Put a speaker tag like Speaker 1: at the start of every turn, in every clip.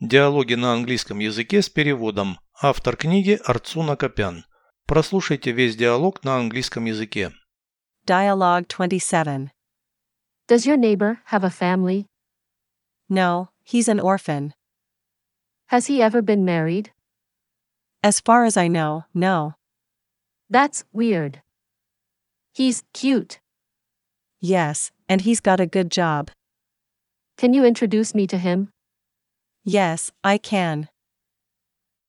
Speaker 1: Диалоги на английском языке с переводом. Автор книги Арцуна Копян. Прослушайте весь диалог на английском языке.
Speaker 2: Dialogue 27.
Speaker 3: Does your neighbor have a family?
Speaker 2: No, he's an orphan.
Speaker 3: Has he ever been married?
Speaker 2: As far as I know, no.
Speaker 3: That's weird. He's cute.
Speaker 2: Yes, and he's got a good job.
Speaker 3: Can you introduce me to him?
Speaker 2: Yes, I can.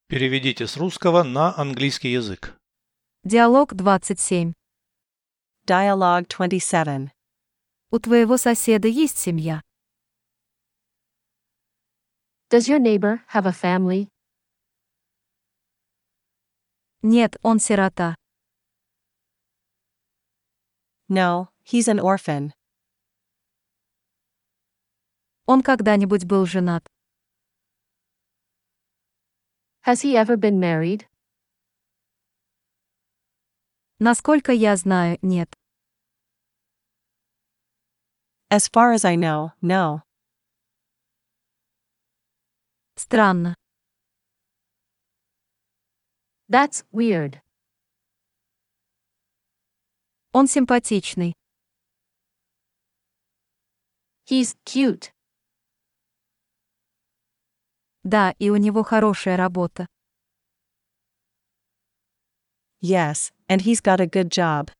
Speaker 1: Переведите с русского на английский язык.
Speaker 4: Диалог 27.
Speaker 2: Dialogue 27.
Speaker 4: У твоего соседа есть семья?
Speaker 3: Does your neighbor have a family?
Speaker 4: Нет, он сирота.
Speaker 2: No, he's an orphan.
Speaker 4: Он когда-нибудь был женат?
Speaker 3: Has he ever been married?
Speaker 4: Насколько я знаю, нет.
Speaker 2: As far as I know, no.
Speaker 4: Странно.
Speaker 3: That's weird.
Speaker 4: Он симпатичный.
Speaker 3: He's cute.
Speaker 4: Да, и у него хорошая работа.
Speaker 2: Yes, and he's got a good job.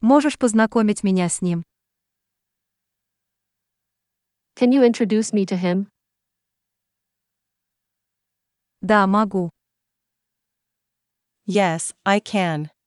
Speaker 4: Можешь познакомить меня с ним?
Speaker 3: Can you introduce me to him?
Speaker 4: Да, могу.
Speaker 2: Yes, I can.